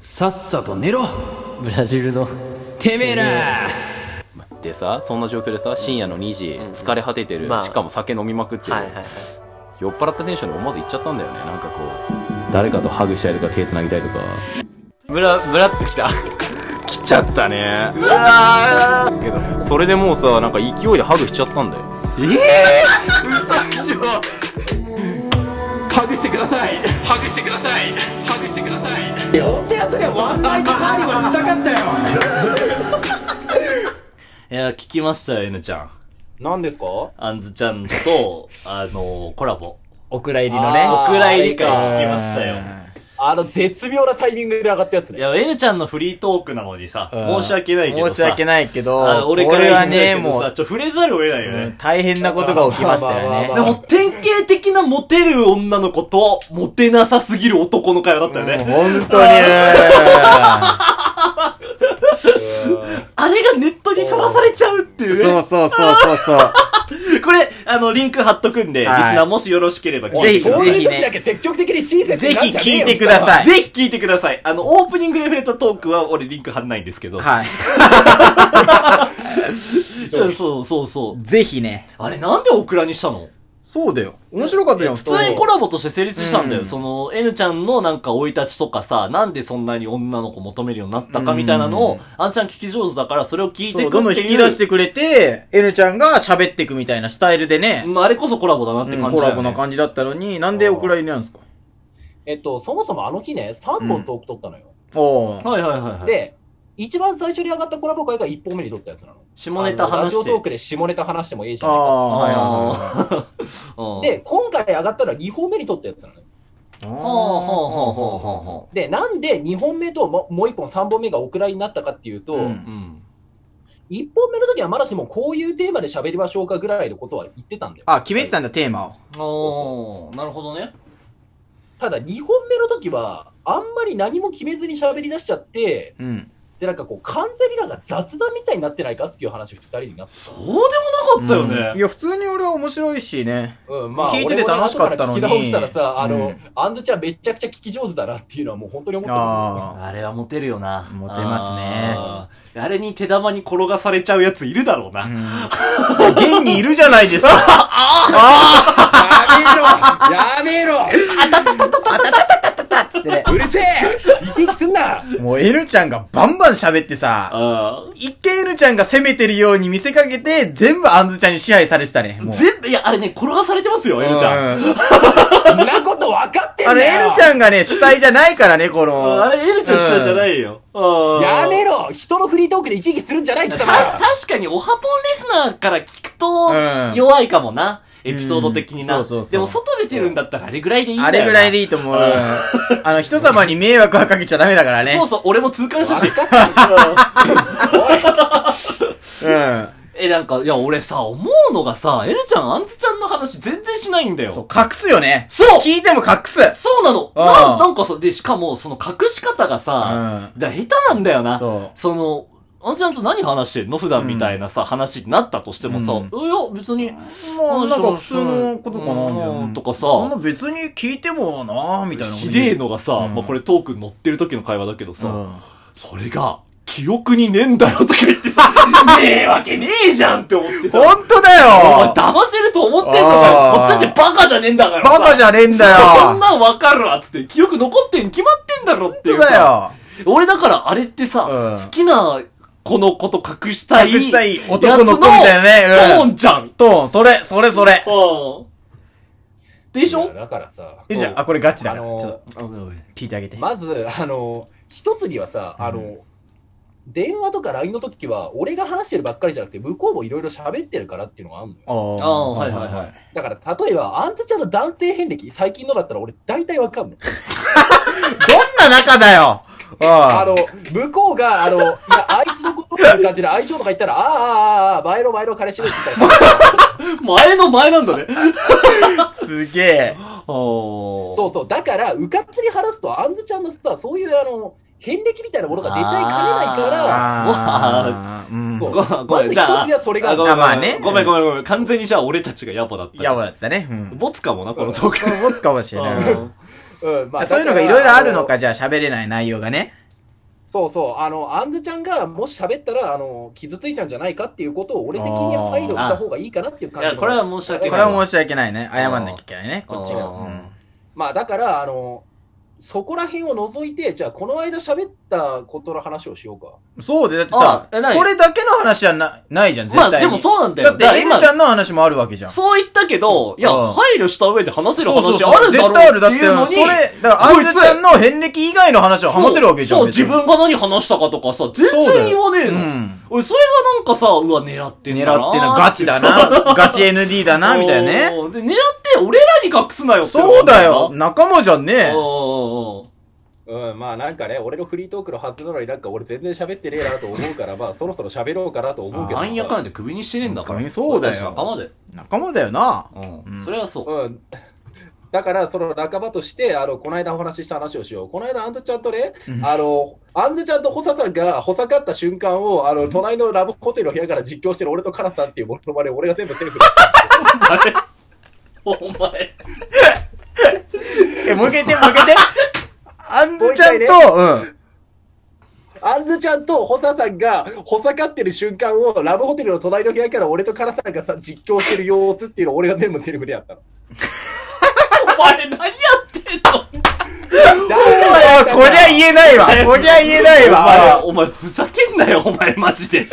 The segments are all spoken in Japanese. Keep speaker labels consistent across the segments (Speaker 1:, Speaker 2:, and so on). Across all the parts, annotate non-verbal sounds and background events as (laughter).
Speaker 1: さっさと寝ろ
Speaker 2: ブラジルの
Speaker 1: てめえら
Speaker 3: でさそんな状況でさ深夜の2時、
Speaker 2: うん
Speaker 3: 疲れ果ててる、
Speaker 2: まあ
Speaker 3: しかも酒飲みまくってる、
Speaker 2: はいはいはい
Speaker 3: 酔っ払ったテンションで思わず行っちゃったんだよねなんかこう誰かとハグしたりとか手つなぎたいとか
Speaker 2: ブラブラッときた
Speaker 3: (laughs) 来ちゃったね
Speaker 2: あ
Speaker 3: けどそれでもうさなんか勢いでハグしちゃったんだよ
Speaker 1: ハグしてくださいハグしてくださいハグしてください
Speaker 4: いや、聞きましたよ、N ちゃん。
Speaker 1: 何ですか
Speaker 4: あんずちゃんと、あのコラボ。
Speaker 5: お蔵入りのね。
Speaker 1: あー
Speaker 4: お蔵入り会聞きましたよ。
Speaker 1: あの絶妙なタイミングで上がったやつ
Speaker 4: い
Speaker 1: ね
Speaker 4: や、N ちゃんのフリートークなのにさ、
Speaker 5: うん
Speaker 4: 申し訳ないけどさ。
Speaker 5: 申し訳
Speaker 4: い。
Speaker 5: ないけ
Speaker 4: あ
Speaker 5: ど、
Speaker 4: 俺
Speaker 5: こ
Speaker 4: から
Speaker 5: れは
Speaker 4: 言い
Speaker 5: ね、
Speaker 4: たいけど
Speaker 5: も
Speaker 4: さ
Speaker 5: う、
Speaker 4: ちょ、触れざるを得ないよ
Speaker 5: うん
Speaker 4: ね。
Speaker 5: 大変なことが起きましたよ
Speaker 1: ま
Speaker 5: ね
Speaker 1: あまあまあまあ。
Speaker 4: でも、典型的なモテる女の子と、モテなさすぎる男の会話だったよね。
Speaker 5: 本当に。
Speaker 4: あれがネットにさらされちゃう (laughs) っていう
Speaker 5: そう
Speaker 4: ね。
Speaker 5: そうそうそう
Speaker 4: (laughs)
Speaker 5: そう。
Speaker 4: これ、あの、リンク貼っとくんで、リス
Speaker 5: はい
Speaker 4: ナーもしよろしければ聞いて
Speaker 5: ぜひ
Speaker 1: そういう
Speaker 5: ぜひ
Speaker 1: 時
Speaker 5: ね
Speaker 1: だけ積極的に親切
Speaker 5: ぜ
Speaker 1: になっ
Speaker 5: ひ
Speaker 1: ちゃねえ
Speaker 5: 聞い
Speaker 1: よ
Speaker 5: てください。
Speaker 4: ぜひ聞いてください。あの、オープニングで触れたトークは俺リンク貼んないんですけど。
Speaker 5: はい。
Speaker 4: そうそうそうそう。
Speaker 5: ぜひね。
Speaker 4: あれなんでオクラにしたの
Speaker 5: そうだよ。面白かったよ、普
Speaker 4: 普通にコ
Speaker 5: れ。
Speaker 4: ラボとして成立したんだよ。
Speaker 5: うん
Speaker 4: その、N ちゃんのなんか生い立ちとかさ、なんでそんなに女の子求めるようになったかみたいなの
Speaker 5: う
Speaker 4: を
Speaker 5: ん、
Speaker 4: あんちゃん聞き上手だからそれを聞いて
Speaker 5: そう
Speaker 4: く
Speaker 5: どんどん
Speaker 4: って
Speaker 5: 引
Speaker 4: い
Speaker 5: き
Speaker 4: う
Speaker 5: 出してくれて、N ちゃんが喋ってくみたいなスタイルでね、
Speaker 4: うんあれこそコラボだなって
Speaker 5: うん
Speaker 4: 感じ
Speaker 5: コ
Speaker 4: だ
Speaker 5: ラ
Speaker 4: よ、ね
Speaker 5: ボな感じだったのに、なんでお蔵入りなんですか
Speaker 1: えっとそもそもあの日ね3本トーク撮ったのよ、
Speaker 5: おー。
Speaker 4: はいはいはいはい。
Speaker 1: で一番最初に上がったコラボ会が1本目に撮ったやつなの
Speaker 4: 下ネタ
Speaker 1: あのラ
Speaker 4: 話
Speaker 1: ジオ
Speaker 4: し
Speaker 1: トー
Speaker 4: て。
Speaker 1: クで下ネタ話してもいいじ
Speaker 5: あ
Speaker 1: ゃないか
Speaker 5: あ、はいはいはい。
Speaker 4: (laughs) うん
Speaker 1: で今回上がったのは2本目に撮ったやつなのよ
Speaker 5: あー
Speaker 4: ほうほうほうほうほうほ
Speaker 1: でなんで2本目とももう1本3本目がお蔵入りになったかっていうと、
Speaker 5: うん
Speaker 4: うん。
Speaker 1: 一本目の時はまだしもこういうテーマで喋りましょうかぐらいのことは言ってたんだよ。
Speaker 5: あ、決めてたんだ、テーマを。
Speaker 4: おー、なるほどね。
Speaker 1: ただ二本目の時は、あんまり何も決めずに喋り出しちゃって、
Speaker 5: うん。
Speaker 1: で、なんかこう、完全になんか雑談みたいになってないかっていう話二人になって。
Speaker 4: そうでもなかったよ
Speaker 5: い
Speaker 4: ね。
Speaker 5: や、普通に俺は面白いしね。
Speaker 1: うん、まあ、
Speaker 5: 聞いてて楽しかったのに
Speaker 1: 俺もね後から聞き直したらさ、あの、
Speaker 5: うん
Speaker 1: あんずちゃんめちゃくちゃ聞き上手だなっていうのはもう本当に思ったと思う。
Speaker 5: あ
Speaker 4: あれはモテるよな。
Speaker 5: モテますね
Speaker 4: あー。あれに手玉に転がされちゃうやついるだろうな。
Speaker 5: あ。うん。現にいるじゃないです
Speaker 4: (laughs)
Speaker 5: か。
Speaker 1: やめろやめ
Speaker 5: でね
Speaker 1: ろうるせえ生き生きすんな
Speaker 5: もう N ちゃんがバンバン喋ってさ、
Speaker 4: あー
Speaker 5: 一見 N ちゃんが攻めてるように見せかけて、全部あんずちゃんに支配されてたね。もう
Speaker 4: 全部、いや、あれね、転がされてますよ、エルちゃん。
Speaker 5: うん
Speaker 1: んなこと分かってんだ
Speaker 5: あれ、
Speaker 1: よ
Speaker 5: N ちゃんがね、主体じゃないからね、この。
Speaker 4: あれ、エルちゃん下じゃないよ。うん
Speaker 1: やめろ人のフリートークで生き生きするんじゃない
Speaker 5: (laughs)
Speaker 1: って言
Speaker 4: た
Speaker 1: ったから
Speaker 4: 確かに、オハポンリスナーから聞くと
Speaker 5: うん、
Speaker 4: 弱いかもな。エピソード的に
Speaker 5: う
Speaker 4: な。
Speaker 5: んそうそうそう
Speaker 4: でも、外出てるんだったらあれぐらいでいいん
Speaker 5: あ
Speaker 4: だよな。
Speaker 5: れぐらいでいいと思う。あの、人様に迷惑はかけちゃダメだからね。
Speaker 4: そうそう、俺も痛感したし。
Speaker 5: うん。
Speaker 4: え、なんか、いや、俺さ、思うのがさ、エルちゃん、アンズちゃんの話全然しないんだよ。
Speaker 5: そう、隠すよね。
Speaker 4: そう
Speaker 5: 聞いても隠す。
Speaker 4: そうなの
Speaker 5: あ
Speaker 4: な
Speaker 5: あ
Speaker 4: なんかさ、で、しかも、その隠し方がさ、
Speaker 5: う
Speaker 4: だ下手なんだよな。
Speaker 5: そ
Speaker 4: の、あんちゃんと何話してんの普段みたいなさ、話になったとしてもさ、
Speaker 5: うん
Speaker 4: いや、別に、
Speaker 5: まあ、なんか普通
Speaker 4: う
Speaker 5: の
Speaker 4: ん
Speaker 5: ことか
Speaker 4: う
Speaker 5: なん
Speaker 4: とかさ
Speaker 5: そんな別に聞いてもなみたいなこと
Speaker 4: ひ
Speaker 5: 言う。
Speaker 4: でえのがさ、
Speaker 5: うん
Speaker 4: まあこれトークに乗ってる時の会話だけどさ、
Speaker 5: うん
Speaker 4: それが、記憶にねえんだよとか言っ
Speaker 5: (laughs)
Speaker 4: てさ、ねえわけねえじゃんって思ってさ、
Speaker 5: ほんとだ
Speaker 4: お前 (laughs)
Speaker 5: よ
Speaker 4: 騙せると思ってんのかよ
Speaker 5: あ
Speaker 4: こっ
Speaker 5: あ
Speaker 4: ちだってバカじゃねえんだから
Speaker 5: バカじ
Speaker 4: ゃ
Speaker 5: ゃねえん
Speaker 4: (laughs)
Speaker 5: だよ
Speaker 4: そんなんわかるわっつって、記憶残ってんに決まってんだろっ
Speaker 5: ほん
Speaker 4: てい
Speaker 5: と
Speaker 4: うさ
Speaker 5: だよ
Speaker 4: 俺だからあれってさ、
Speaker 5: うん
Speaker 4: 好きな子のこと隠したい。
Speaker 5: 隠したい男の子みたいなね
Speaker 4: やつ
Speaker 5: う
Speaker 4: のトーンじゃん。うん。
Speaker 5: トーン、それ、それそれ。
Speaker 4: でしょ
Speaker 1: だからさ、
Speaker 5: え、じゃあ、あこれガチだ
Speaker 1: あ
Speaker 5: から。
Speaker 1: の
Speaker 5: ちょっと、聞いてあげて。
Speaker 1: まず、あの、一つにはさ、あの、電話とか LINE の時は、俺が話してるばっかりじゃなくて、向こうもいろいろ喋ってるからっていうのがあるのよ。
Speaker 5: あー。
Speaker 4: あーはいはいはい
Speaker 1: だから、例えば、あんたちゃんの男性遍歴、最近のだったら俺大体わかんの。
Speaker 5: どんな仲だよ
Speaker 1: あ
Speaker 5: あ
Speaker 1: の、向こうが、あの、いや、あいつのことみたいな感じで相性とか言ったら、あーあーあーあー、前の前の彼氏ですみたいな。
Speaker 4: 前の前なんだね。
Speaker 5: (laughs) あ、すげえ。
Speaker 4: そ
Speaker 1: そうそう。だから、うかつに話すと、あんずちゃんのさ、そういう、あの、遍歴みたいなものが出ちゃいかねないから、
Speaker 5: あーうん
Speaker 1: そう
Speaker 4: ごめんご
Speaker 1: ま
Speaker 4: めん
Speaker 1: ず一つ
Speaker 4: じゃあ
Speaker 1: にはそれがあ
Speaker 4: あ
Speaker 1: る
Speaker 4: ごめん
Speaker 5: あまあね
Speaker 4: ごめんごめんごめん。完全にじゃあ俺たちが野暮だった。
Speaker 5: やばだったね。うん。
Speaker 4: ボツかもな、このトーク。
Speaker 5: 持つかもしれない。
Speaker 4: うん
Speaker 1: うん、まあ
Speaker 5: そういうのがいろいろあるの。
Speaker 1: だ
Speaker 5: か、じゃあ喋れない内容が
Speaker 1: ら
Speaker 5: ね。
Speaker 1: そうそう、あの、あんずちゃんがもし喋ったら、あの、傷ついちゃうんじゃないかっていうことを、俺的には配慮した方がいいかなっていう
Speaker 4: い
Speaker 1: 感じ
Speaker 4: や、
Speaker 1: の
Speaker 4: これは申し訳
Speaker 5: こ
Speaker 4: な
Speaker 5: れ
Speaker 4: い。
Speaker 5: は申し訳ないね。謝んなきゃいけないね、こっちが。
Speaker 4: あー
Speaker 5: うん
Speaker 1: まあ、だから、あの、そこら辺を除いて、じゃあ、この間喋ったことの話をしようか。
Speaker 5: そうで、だってさ、
Speaker 4: あえない
Speaker 5: それだけの話はな、ないじゃん、絶
Speaker 4: まあ、
Speaker 5: 対に。
Speaker 4: でもそうなんだ
Speaker 5: だ
Speaker 4: よ。
Speaker 5: って、
Speaker 4: から
Speaker 5: エ
Speaker 4: 今
Speaker 5: ミちゃんの話もあるわけじゃん。
Speaker 4: そう言ったけど、いや、
Speaker 5: うん
Speaker 4: 配慮した上で話せる
Speaker 5: そう
Speaker 4: 話
Speaker 5: そう
Speaker 4: あるだ
Speaker 5: 絶対あ
Speaker 4: ろ
Speaker 5: る。
Speaker 4: う
Speaker 5: だ
Speaker 4: っ
Speaker 5: ってて
Speaker 4: いうの、に。
Speaker 5: それ、だから、アンズちゃんの遍歴以外の話を話せるわけじゃん。
Speaker 4: そう、
Speaker 5: 別
Speaker 4: 自
Speaker 5: に
Speaker 4: 分が何話したかとかさ、全
Speaker 5: そうだよ
Speaker 4: 然言わねえの。
Speaker 5: うん
Speaker 4: 俺、それがなんかさ、うわ、狙ってんだな
Speaker 5: 狙ってな、ガチだな。ガチ ND だな、みたいなね。
Speaker 4: おーで、狙って俺らに隠すなよって
Speaker 5: そうだよ。
Speaker 4: 思うん
Speaker 5: 仲間じゃん
Speaker 4: だ
Speaker 5: ね
Speaker 4: よな。。おーおーおー
Speaker 1: うん、まあなんかね、俺のフリートークのはずなのになんか俺全然喋ってねえなと思う (laughs) から、まあそろそろ喋ろうかなと思うけど
Speaker 4: な
Speaker 1: さ。
Speaker 4: んやかんやで首にしてねえんだから。
Speaker 5: 首そうだよ
Speaker 4: 私仲間だよ。
Speaker 5: 仲間だよな。
Speaker 4: う
Speaker 5: うん
Speaker 4: ん。それはそう。 (laughs)
Speaker 1: うん。だから、その仲間として、あの、この間お話しした話をしよう。この間、アンドちゃんとね、あの、アンドちゃんとホサさんが、ホサかった瞬間を、あの、隣のラブホテルの部屋から実況してる俺とカナさんっていうものまで俺が全部手を振る。
Speaker 4: お前。
Speaker 5: え、もう一回言って、もう一回言って。 (laughs) アンズちゃんと、うん。
Speaker 1: アンドちゃんとホサさんが、ホサかってる瞬間を、ラブホテルの隣の部屋から俺とカナさんがさ、実況してる様子っていうのを俺が全部手に振りやったの。
Speaker 4: お前何やってんの
Speaker 1: だ
Speaker 5: あこりゃ言えない
Speaker 4: (laughs)
Speaker 5: わ。こりゃ言えないわ。
Speaker 4: お前、お前ふざけんなよ、お前、マジで。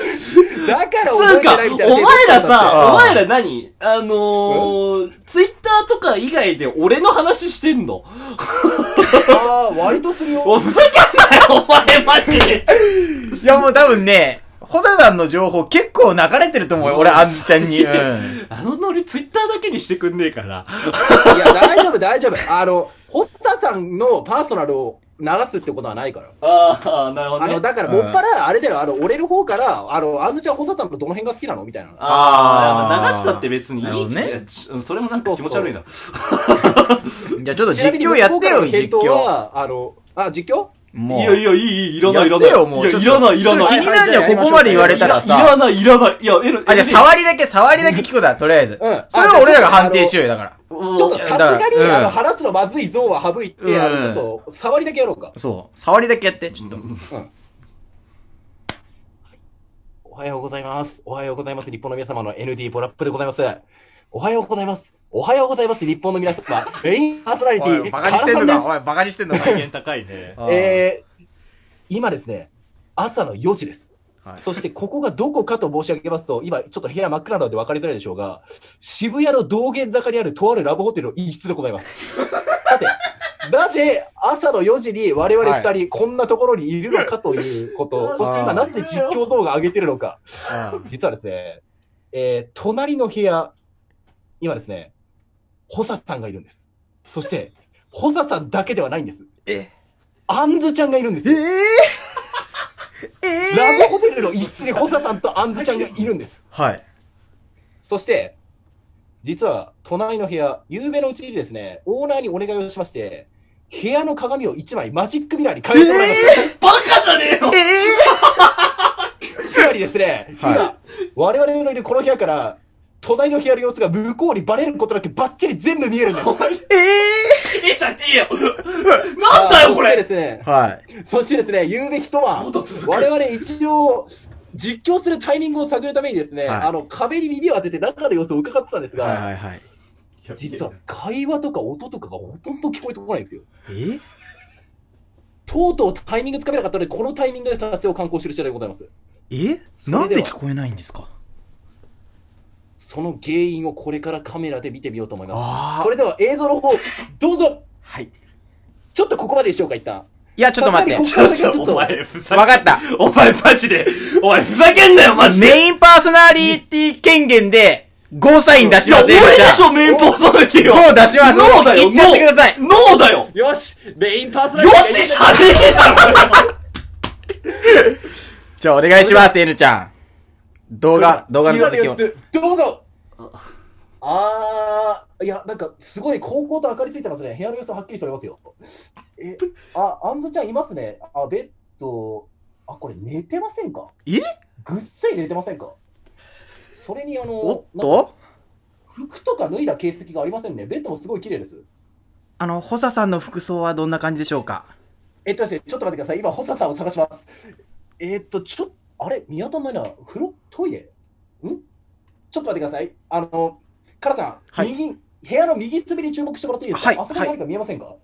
Speaker 1: だから
Speaker 4: つ
Speaker 1: 覚
Speaker 4: う
Speaker 1: えて
Speaker 4: か
Speaker 1: ないみ、たいな
Speaker 4: お前ら
Speaker 5: あ
Speaker 4: さ、
Speaker 5: ー
Speaker 4: お前ら何あのー、ツイッターとか以外で俺の話してんの
Speaker 1: ああー、割とするよ。
Speaker 4: おふざけんなよ、お前、マジで。
Speaker 5: いや、もう多分ね、ホタさんの情報結構流れてると思うよ。俺、アンズちゃんに。うん。
Speaker 4: あのノリツイッターだけにしてくんねえから。
Speaker 1: いや、大丈夫、大丈夫。あの、堀田さんのパーソナルを流すってことはないから。
Speaker 4: ああ、なるほ
Speaker 1: あ
Speaker 4: ど
Speaker 1: の、
Speaker 4: ね。
Speaker 1: だから、もっぱら、あれだよ、あの、俺の方から、あの、あんずちゃん、堀田さんのどの辺が好きなのみたいな。
Speaker 4: あ
Speaker 5: あー
Speaker 4: あ、流したって別にい
Speaker 5: なるほど
Speaker 4: い。
Speaker 5: ね
Speaker 4: いやちそれもなんか気持ち悪いな。
Speaker 5: じゃあちょっと
Speaker 1: ちなみに
Speaker 5: 実況やってよ、
Speaker 1: 向こうからの
Speaker 5: 実
Speaker 1: 検討
Speaker 5: 況。
Speaker 1: は、あの、あ、実況
Speaker 5: も
Speaker 4: いやいや、いい、いい、いらない、い
Speaker 5: や
Speaker 4: ら
Speaker 5: っ
Speaker 4: な
Speaker 5: て
Speaker 4: い。
Speaker 5: よもう
Speaker 4: い
Speaker 5: ちょ
Speaker 4: や、
Speaker 5: っと
Speaker 4: いらない、い
Speaker 5: ちょ
Speaker 4: ら
Speaker 5: っと
Speaker 4: ない。
Speaker 5: 気になるにはここまで言われたら
Speaker 4: い
Speaker 5: さ。
Speaker 4: らない、いらない。いや、える、
Speaker 5: あ、じゃあ
Speaker 4: わ
Speaker 5: 触りだけ、触りだけ聞くだ、とりあえず。
Speaker 1: うん
Speaker 5: それは俺らが判定しようよ、だから。
Speaker 1: ちょっと、さすがに、
Speaker 5: うん
Speaker 1: あの、話すのまずいゾーンは省いて、あの、
Speaker 5: うん
Speaker 1: ちょっと、触りだけやろうか。
Speaker 5: そう。触りだけやって、ちょっと。
Speaker 1: おはようございます。おはようございます。日本の皆様の ND ボラップでございます。おはようございます。おはようございます。日本の皆
Speaker 5: (laughs)
Speaker 1: 様、メインパーソナリテ
Speaker 5: おい、
Speaker 1: ィ、
Speaker 5: バカにしてんの
Speaker 1: 原さ
Speaker 5: か、おい、バカにしてんの
Speaker 4: (laughs)
Speaker 5: か。
Speaker 4: 高いね。
Speaker 5: あー
Speaker 1: えー今ですね、朝の4時です。
Speaker 5: はい
Speaker 1: そして、ここがどこかと申し上げますと、今、ちょっと部屋真っ暗なので分かりづらいでしょうが、渋谷の道玄坂にあるとあるラブホテルの一室でございます。
Speaker 5: (laughs)
Speaker 1: さて、なぜ朝の4時に我々2人、こんなところにいるのかということ、
Speaker 5: (laughs)
Speaker 4: はい
Speaker 1: そして今、なぜ実況動画上げてるのか、
Speaker 5: あー
Speaker 1: 実はですね、えー隣の部屋、今ですね、ホサさんがいるんです。そして、ホサさんだけではないんです。
Speaker 5: え
Speaker 1: アンズちゃんがいるんです
Speaker 5: え
Speaker 1: よ
Speaker 5: ーえー
Speaker 1: ラブホテルの一室にホサさんとアンズちゃんがいるんです。
Speaker 5: はい。
Speaker 1: そして、実は隣の部屋、夕べのうちにですね、オーナーにお願いをしまして、部屋の鏡を1枚マジックミラーに変えてもらいました。
Speaker 4: バカじゃねえの
Speaker 5: ええ
Speaker 1: つまりですね、
Speaker 5: はい
Speaker 1: 今、我々のいるこの部屋から、隣の部屋の様子が向こうにバレることなくバッチリ全部見えるん
Speaker 5: (laughs)
Speaker 1: です。
Speaker 5: え
Speaker 4: ええじゃねえよなんだよこ
Speaker 1: そしてで
Speaker 4: れ
Speaker 1: すね
Speaker 5: え、はい。
Speaker 1: そしてですね、夕べ一晩、我々一応、実況するタイミングを探るためにですね、
Speaker 5: はい
Speaker 1: あの、壁に耳を当てて中の様子を伺ってたんですが、
Speaker 5: はいはいはい。
Speaker 1: 実は会話とか音とかがほとんど聞こえてこないんですよ。
Speaker 5: え
Speaker 1: とうとうタイミングつかめなかったので、このタイミングで撮影を観光してる次第でございます。
Speaker 5: え
Speaker 1: それでは
Speaker 5: なんで聞こえないんですか
Speaker 1: その原因をこれからカメラで見てみようと思います。
Speaker 5: あ
Speaker 1: そ
Speaker 5: あ。
Speaker 1: れでは映像の方、どうぞ
Speaker 5: はい。
Speaker 1: ちょっとここまででしょうか、一旦。
Speaker 5: いや、ちょっと待っ
Speaker 1: さ
Speaker 5: て。
Speaker 1: す
Speaker 5: わ
Speaker 1: がにここだけは
Speaker 4: ちょっ
Speaker 1: ち
Speaker 4: と
Speaker 1: ょっと、
Speaker 4: お前ふざけ
Speaker 5: かった。
Speaker 4: お前マジでお前ふざけんなよマジで
Speaker 5: メインパーソナリティ権限で、ゴーサイン出し
Speaker 4: いや
Speaker 5: ます
Speaker 4: 俺で
Speaker 5: よ、
Speaker 4: しょメインパーソナリティは
Speaker 5: ゴー出します
Speaker 4: ノーだよ
Speaker 5: 言っちゃってください
Speaker 4: ノーノーだよ
Speaker 1: よしメインパーソナ
Speaker 4: よ
Speaker 1: リティがいる
Speaker 4: しじゃねえだろ
Speaker 5: じゃあお願いします、N ちゃん。動画、動画の
Speaker 1: 今
Speaker 5: 続
Speaker 1: の
Speaker 5: きを
Speaker 1: や。つどうぞあー、いや、なんか、すごい高校と明かりついてますね。部屋の様子はっきりしておりますよ。え、あ、あんずちゃんいますね。あ、ベッド、あ、これ寝てませんか
Speaker 5: え
Speaker 1: ぐっすり寝てませんかそれに、あの、
Speaker 5: おっ
Speaker 1: なんか
Speaker 5: と
Speaker 1: 服とか脱いだ形跡がありませんね。ベッドもすごい綺麗です。
Speaker 5: あの、ホサさんの服装はどんな感じでしょうか
Speaker 1: えっとですね、ちょっと待ってください。今、ホサさんを探します。えっと、ちょっと、あれ見当たんないな。風呂、トイレんちょっと待ってください。あの、カラさん、
Speaker 5: はい
Speaker 1: 右、部屋の右隅に注目してもらっていいですか、
Speaker 5: はい
Speaker 1: あそこに何か見えませんか、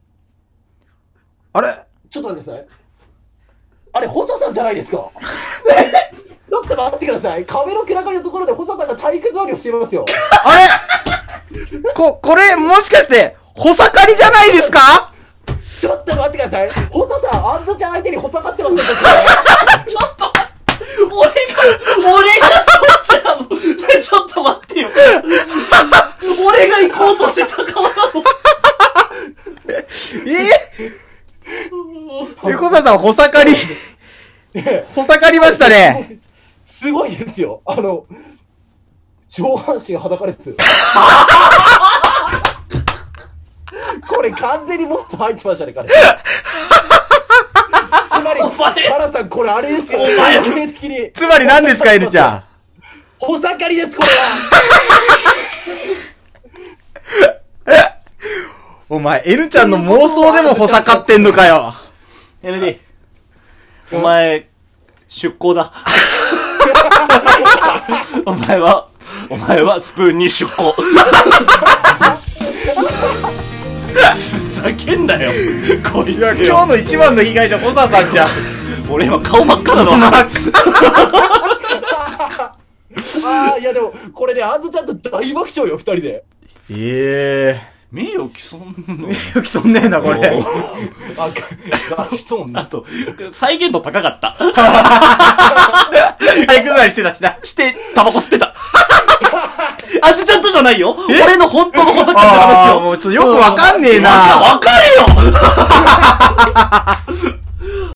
Speaker 5: あれ
Speaker 1: ちょっと待ってください。あれ、ホサさんじゃない
Speaker 5: (laughs)
Speaker 1: ですかえちょっと待ってください。壁の毛らかりのところでホサさんが体育座りをしていますよ。
Speaker 5: あれこ、これ、もしかして、ホサカリじゃないですか
Speaker 1: ちょっと待ってください。ホサさん、アンドちゃん相手にホサかってますよ。
Speaker 4: ちょっと俺が、俺がそうちゃのちょっと待ってよ。俺が行こうとしてたから
Speaker 5: え
Speaker 4: の。
Speaker 5: え、ホサさん、ホサカリ、ホサカリましたね。
Speaker 1: すごいですよ。あの、上半身裸です。これ完全にもっと入ってましたね、彼。つまり、カラさん、これあれですよ。典型的に。
Speaker 5: つまり何ですか、エルちゃ
Speaker 1: お盛りです、これは。
Speaker 5: ん。お前、エルちゃんの妄想でもホサ買ってんのかよ。
Speaker 4: ND、お前、出向 (laughs) だ。お前は、お前はスプーンに出向。ふざけんなよ。こいつ
Speaker 5: いや、
Speaker 4: よ
Speaker 5: (laughs) 今日の一番の被害者、ホサさ (laughs) んじゃん。
Speaker 4: 俺今顔真っ赤だぞ。
Speaker 1: ああ、いやでも、これね、アンドちゃんと大爆笑よ、二人で。
Speaker 5: え
Speaker 4: 名誉毀損の
Speaker 5: え。ー。よきそんねえな、これ。
Speaker 1: あ、ガチトーン
Speaker 4: あ
Speaker 1: な。
Speaker 4: と、再現度高かった。
Speaker 5: 体育座りしてたしな。
Speaker 4: して、タバコ吸ってた。 (laughs) あずちゃんとじゃないよ俺の本当の穂坂の話
Speaker 5: ああ、
Speaker 4: を。
Speaker 5: もうちょっとよくわかんねえな。
Speaker 4: わかれよ